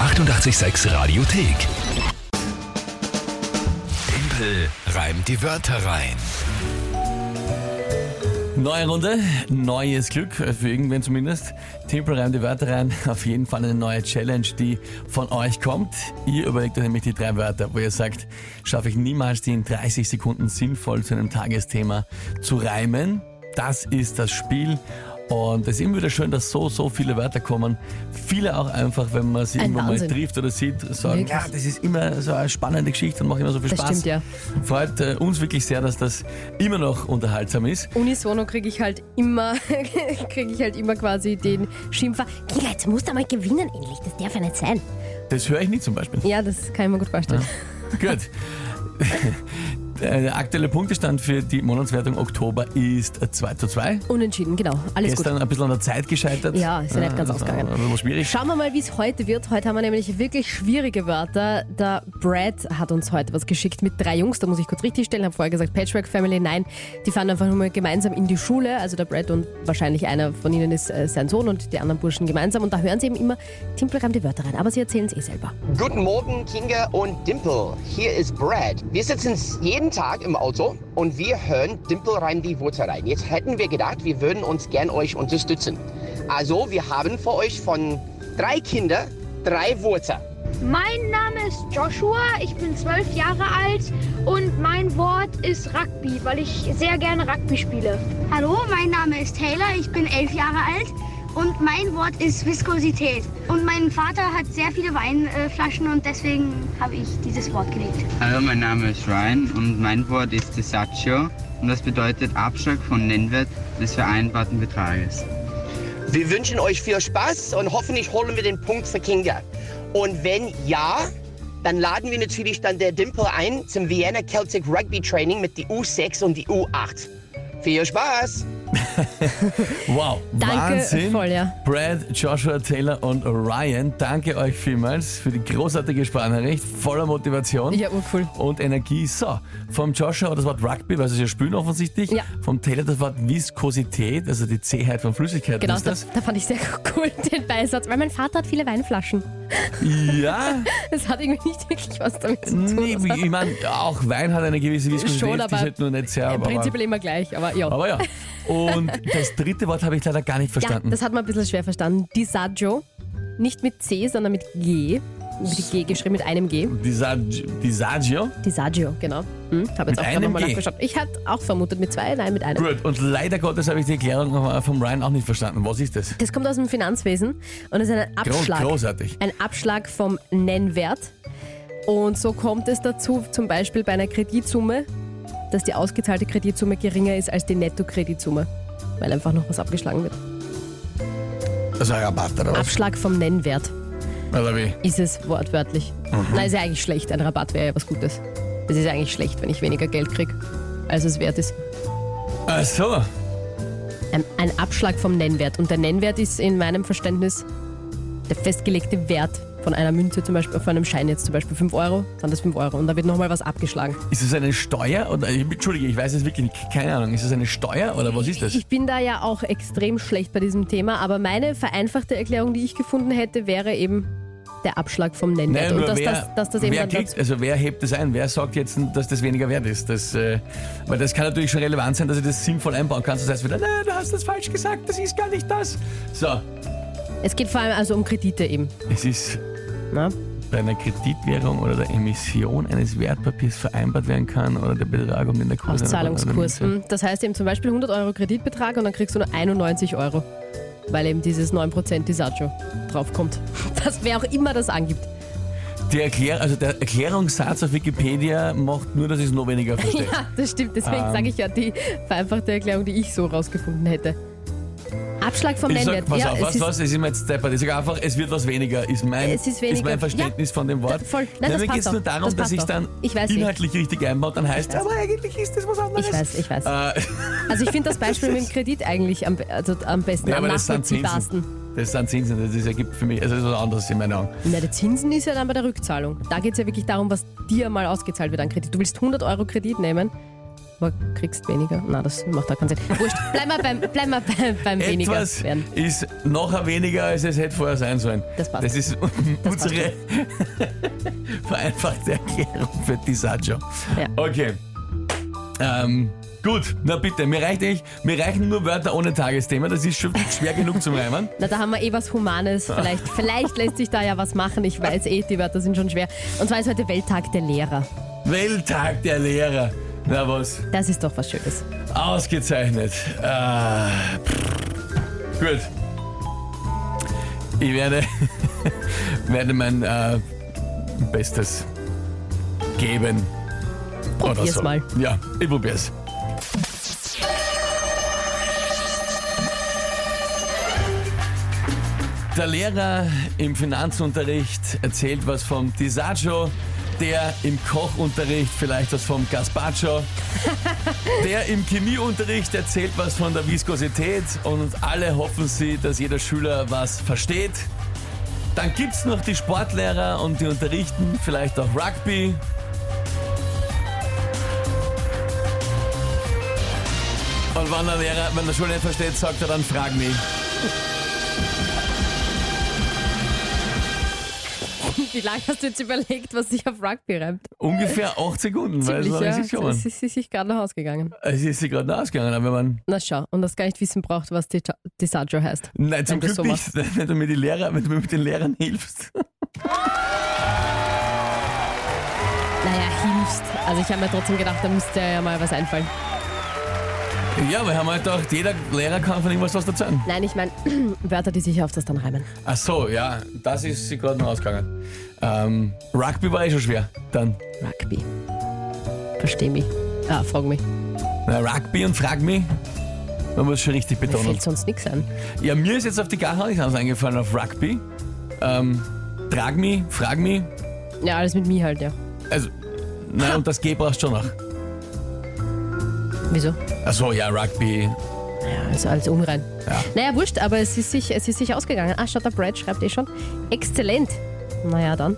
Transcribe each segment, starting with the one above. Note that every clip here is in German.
886 Radiothek. Tempel reimt die Wörter rein. Neue Runde, neues Glück, für irgendwen zumindest. Tempel reimt die Wörter rein. Auf jeden Fall eine neue Challenge, die von euch kommt. Ihr überlegt euch nämlich die drei Wörter, wo ihr sagt, schaffe ich niemals, die in 30 Sekunden sinnvoll zu einem Tagesthema zu reimen. Das ist das Spiel. Und es ist immer wieder schön, dass so, so viele Wörter kommen. Viele auch einfach, wenn man sie Ein irgendwo mal Wahnsinn. trifft oder sieht, sagen, Wirklich. ja, das ist immer so eine spannende Geschichte und macht immer so viel Das Spaß. stimmt, ja. Freut äh, uns wirklich sehr, dass das immer noch unterhaltsam ist. Unisono kriege ich halt immer, kriege ich halt immer quasi den Schimpfer. Kira, jetzt musst du mal gewinnen endlich, das darf ja nicht sein. Das höre ich nicht zum Beispiel. Ja, das kann ich mir gut vorstellen. Gut. Der aktuelle Punktestand für die Monatswertung Oktober ist 2 zu 2. Unentschieden, genau, alles Gestern ein bisschen an der Zeit gescheitert. Ah, Ja, ist ja nicht ganz das war ausgegangen. Ein bisschen schwierig. gut. Schauen wir mal, wie es heute wird. Heute haben wir nämlich wirklich schwierige Wörter. Der Brad hat uns heute was geschickt mit drei Jungs, da muss ich kurz richtig stellen, habe vorher gesagt Patchwork Family, nein, die fahren einfach nur mal gemeinsam in die Schule, also der Brad und wahrscheinlich einer von ihnen ist äh, sein Sohn und die anderen Burschen gemeinsam und da hören sie eben immer Timpelreim die Wörter rein, aber sie erzählen es eh selber. Guten Morgen, Kinga und Dimple. Hier ist Brad. Wir sitzen jeden Tag im Auto und wir hören Dimple rein die Wurzel rein. Jetzt hätten wir gedacht, wir würden uns gern euch unterstützen. Also, wir haben für euch von drei Kinder drei Wurzel. Mein Name ist Joshua, ich bin zwölf Jahre alt und mein Wort ist Rugby, weil ich sehr gerne Rugby spiele. Hallo, mein Name ist Taylor, ich bin elf Jahre alt und mein Wort ist Viskosität. Und mein Vater hat sehr viele Weinflaschen und deswegen habe ich dieses Wort gelegt. Hallo, mein Name ist Ryan und mein Wort ist Desaccio und das bedeutet Abschlag von Nennwert des vereinbarten Betrages. Wir wünschen euch viel Spaß und hoffentlich holen wir den Punkt für Kinga. Und wenn ja, dann laden wir natürlich dann der Dimple ein zum Vienna Celtic Rugby Training mit die U6 und die U8. Viel Spaß! Wow, Danke, Wahnsinn. voll, ja. Brad, Joshua, Taylor und Ryan, danke euch vielmals für die großartige Sprachnachricht, voller Motivation. Ja, urcool. Und Energie. So, vom Joshua das Wort Rugby, weil sie es ja spielen offensichtlich. Ja. Vom Taylor das Wort Viskosität, also die Zähheit von Flüssigkeiten Genau, ist da, das. da fand ich sehr cool den Beisatz, weil mein Vater hat viele Weinflaschen. Ja, Das hat irgendwie nicht wirklich was damit zu tun. nee, Das Hm, ich meine, auch Wein hat eine gewisse Viskosität, Schon, die aber ist halt nur nicht sehr. Im aber- Prinzip immer gleich, aber ja. Aber ja. Und das dritte Wort habe ich leider gar nicht ja, verstanden. das hat man ein bisschen schwer verstanden. Disagio, nicht mit C, sondern mit G. Mit G geschrieben, mit einem G. Disag- Disagio. Disagio, genau. Hm, habe Mit jetzt auch gerade einem nochmal G. nachgeschaut. Ich hatte auch vermutet mit zwei, nein, mit einem. Gut, und leider Gottes habe ich die Erklärung vom Ryan auch nicht verstanden. Was ist das? Das kommt aus dem Finanzwesen und ist ein Groß, Abschlag. großartig. ein Abschlag vom Nennwert. Und so kommt es dazu, zum Beispiel bei einer Kreditsumme, dass die ausgezahlte Kreditsumme geringer ist als die Nettokreditsumme, weil einfach noch was abgeschlagen wird. Also ein Rabatt oder was? Abschlag vom Nennwert Oder wie? ist es wortwörtlich. Nein, ist ja eigentlich schlecht. Ein Rabatt wäre ja was Gutes. Es ist ja eigentlich schlecht, wenn ich weniger Geld kriege, als es wert ist. Ach so. Ein, ein Abschlag vom Nennwert. Und der Nennwert ist in meinem Verständnis der festgelegte Wert von einer Münze, zum Beispiel, von einem Schein jetzt zum Beispiel 5 Euro, sind das 5 Euro. Und da wird nochmal was abgeschlagen. Ist es eine Steuer? Oder, ich- Entschuldige, ich weiß es wirklich nicht. Keine Ahnung. Ist es eine Steuer oder was ist das? Ich bin da ja auch extrem schlecht bei diesem Thema, aber meine vereinfachte Erklärung, die ich gefunden hätte, wäre eben der Abschlag vom Nennwert. nur Und dass wer, das, dass das eben wer dann kriegt, dazu. also wer hebt das ein? Wer sagt jetzt, dass das weniger wert ist? Das, äh, weil das kann natürlich schon relevant sein, dass du das sinnvoll einbauen kannst. Das heißt wieder, nein, du hast das falsch gesagt, das ist gar nicht das. So, Es geht vor allem also um Kredite eben. es ist Na? bei einer Kreditwährung oder der Emission eines Wertpapiers vereinbart werden kann oder der Betrag, um den der Kurs... Auszahlungskurs. Hm, Das heißt eben zum Beispiel 100 Euro Kreditbetrag und dann kriegst du nur 91 Euro, weil eben dieses 9% Disagio draufkommt. Was wer auch immer das angibt. Die Erklär also der Erklärungssatz auf Wikipedia macht nur, dass ich es noch weniger verstehe. Ja, das stimmt. Deswegen Ähm. sage ich ja die vereinfachte Erklärung, die ich so rausgefunden hätte. Abschlag vom Ich Nennwert. sag, pass ja, auf, es was, ist was, es ist mir jetzt deppert. Ich sag einfach, es wird was weniger, ist mein, Es ist weniger. mein Verständnis von dem Wort. Da- voll. Nein, Nein, das mir passt geht's nur doch. darum, Das dass passt ich doch. dann Ich weiß nicht. inhaltlich richtig einbaue, dann heißt es, aber eigentlich ist das was anderes. Ich weiß, ich weiß. Äh, Also ich finde das Beispiel mit dem Kredit eigentlich am, be- also am besten, ja, am aber das sind nachvollziehbarsten. Zinsen. Das sind Zinsen, das ist, ergibt für mich, also das ist was anderes in meinen Augen. Na, der Zinsen ist ja dann bei der Rückzahlung. Da geht es ja wirklich darum, was dir mal ausgezahlt wird an Kredit. Du willst 100 Euro Kredit nehmen, aber kriegst weniger. Na, das macht da keinen Sinn. Wurscht, bleib mal beim, bleib mal beim, beim weniger Etwas werden. ist noch weniger, als es hätte vorher sein sollen. Das passt. Das ist Das passt. unsere vereinfachte Erklärung für die Sacho. Ja. Okay. Ähm, gut, na bitte, mir reicht echt, mir reichen nur Wörter ohne Tagesthema, das ist schon schwer genug zum Reimen. Na, da haben wir eh was Humanes. Ah. Vielleicht, vielleicht lässt sich da ja was machen. Ich weiß eh, die Wörter sind schon schwer. Und zwar ist heute Welttag der Lehrer. Welttag der Lehrer. Na was? Das ist doch was Schönes. Ausgezeichnet. Ah, pff. gut. Ich werde, werde mein äh, Bestes geben. Oder Probier's so. mal. Ah, Ja, ich probier's. Der Lehrer im Finanzunterricht erzählt was vom Disagio, der im Kochunterricht vielleicht was vom Gazpacho, der im Chemieunterricht erzählt was von der Viskosität und alle hoffen sie, dass jeder Schüler was versteht. Dann gibt's noch die Sportlehrer und die unterrichten vielleicht auch Rugby, Und wenn der Lehrer, wenn der Schüler nicht versteht, sagt er dann, frag mich. Wie lange hast du jetzt überlegt, was sich auf Rugby reimt? Ungefähr acht Sekunden, weil es war nicht ja. gekommen. Es ist, ist sich gerade noch ausgegangen. Es ist sie gerade ausgegangen, aber man, Na schau, und das gar nicht wissen braucht, was Disa- Disagio heißt. nein, zum Wenn Glück du so nicht, wenn du mir die Lehrer, wenn du mir mit den Lehrern hilfst. Naja, hilfst. Also ich habe mir trotzdem gedacht, da müsste ja mal was einfallen. Ja, wir haben halt gedacht, jeder Lehrer kann von irgendwas was dazu sagen. Nein, ich meine Wörter, die sich auf das dann reimen. Ach so, ja, das ist sie gerade noch ausgegangen. Ähm, Rugby war eh schon schwer. Dann, Rugby. Versteh mich. Ah, frag mich. na, Rugby und frag mich. Man muss schon richtig Mir betonen. fällt sonst nichts ein. Ja, mir ist jetzt auf die Gacha nichts anderes eingefallen, auf Rugby. Ähm, trag mich, frag mich. Ja, alles mit mir halt, ja. Also, nein, und das G brauchst du schon noch. Wieso? Achso, ja, Rugby. Ja, ist alles unrein. Ja. Naja, wurscht, aber es ist sich, es ist sich ausgegangen. Ah, schaut, der Brad schreibt eh schon. Exzellent. Naja, dann.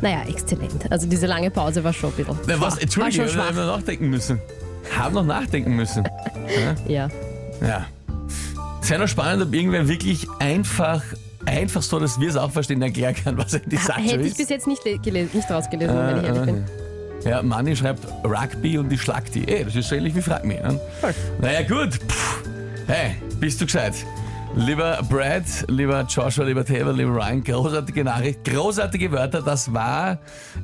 naja, exzellent. Also diese lange Pause war schon ein bisschen. Na, was, schwach. Entschuldigung, war wir schon schwach. haben noch nachdenken müssen. Haben noch nachdenken müssen. Ja. Ja. Sehr noch spannend, ob irgendwer wirklich einfach, einfach so, dass wir es auch verstehen, erklären kann, was ein Disaster Hätte ich bis ist. jetzt nicht, le- gele- nicht rausgelesen, wenn ich Äh, ehrlich äh, bin. Ja, Manni schreibt Rugby und ich schlag die. Ey, das ist so ähnlich wie Frag mich. Ne? Voll. Naja, gut. Pff. Hey, bist du gescheit? Lieber Brad, lieber Joshua, lieber Taylor, lieber Ryan, großartige Nachricht, großartige Wörter, das war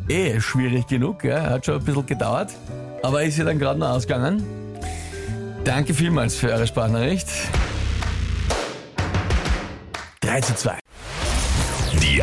eh schwierig genug, ja? hat schon ein bisschen gedauert, aber ist ja dann gerade noch ausgegangen. Danke vielmals für eure Sprachnachricht. 3 zu 2. Die